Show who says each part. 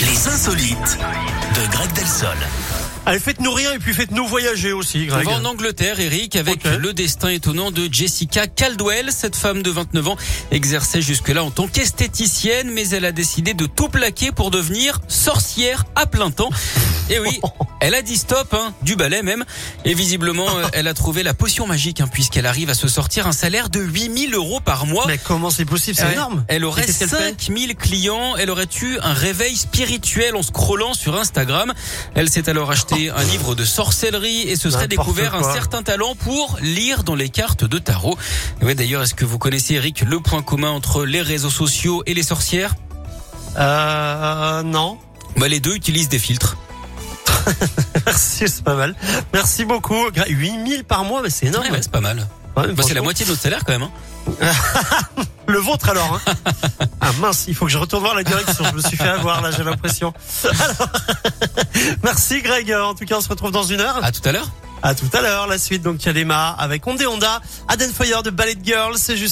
Speaker 1: Les insolites de Greg Delsol.
Speaker 2: Allez, Ah, faites-nous rien et puis faites-nous voyager aussi,
Speaker 3: On
Speaker 2: Greg.
Speaker 3: va en Angleterre, Eric, avec
Speaker 2: Ok.
Speaker 3: le destin étonnant de Jessica Caldwell. Cette femme de 29 ans exerçait jusque-là en tant qu'esthéticienne, mais elle a décidé de tout plaquer pour devenir sorcière à plein temps. Et oui, elle a dit stop, hein, du balai même. Et visiblement, euh, elle a trouvé la potion magique, hein, puisqu'elle arrive à se sortir un salaire de 8000 euros par mois.
Speaker 2: Mais comment c'est possible C'est
Speaker 3: Ouais.
Speaker 2: énorme.
Speaker 3: Elle aurait
Speaker 2: Et qu'est-ce qu'elle fait
Speaker 3: 5000 clients. Elle aurait eu un réveil spirituel en scrollant sur Instagram. Elle s'est alors acheté un livre de sorcellerie et se serait
Speaker 2: N'importe
Speaker 3: découvert
Speaker 2: quoi.
Speaker 3: un certain talent pour lire dans les cartes de tarot. Et ouais, d'ailleurs, est-ce que vous connaissez, Eric, le point commun entre les réseaux sociaux et les sorcières?
Speaker 2: Euh, non.
Speaker 3: Bah, les deux utilisent des filtres.
Speaker 2: Merci, c'est pas mal. Merci beaucoup. Greg, 8000 par mois, mais c'est énorme.
Speaker 3: Ouais, ouais, c'est pas mal.
Speaker 2: Ouais,
Speaker 3: Bah, c'est la
Speaker 2: franchement.
Speaker 3: moitié de notre salaire quand même. hein.
Speaker 2: Le vôtre alors. Hein. ah mince, il faut que je retourne voir la direction. Je me suis fait avoir là, j'ai l'impression. Alors, merci Greg. En tout cas, on se retrouve dans une heure.
Speaker 3: À tout à l'heure.
Speaker 2: À tout à l'heure. La suite donc Kalema avec Ondé Honda, Aden Foyer de Ballet Girls. C'est juste.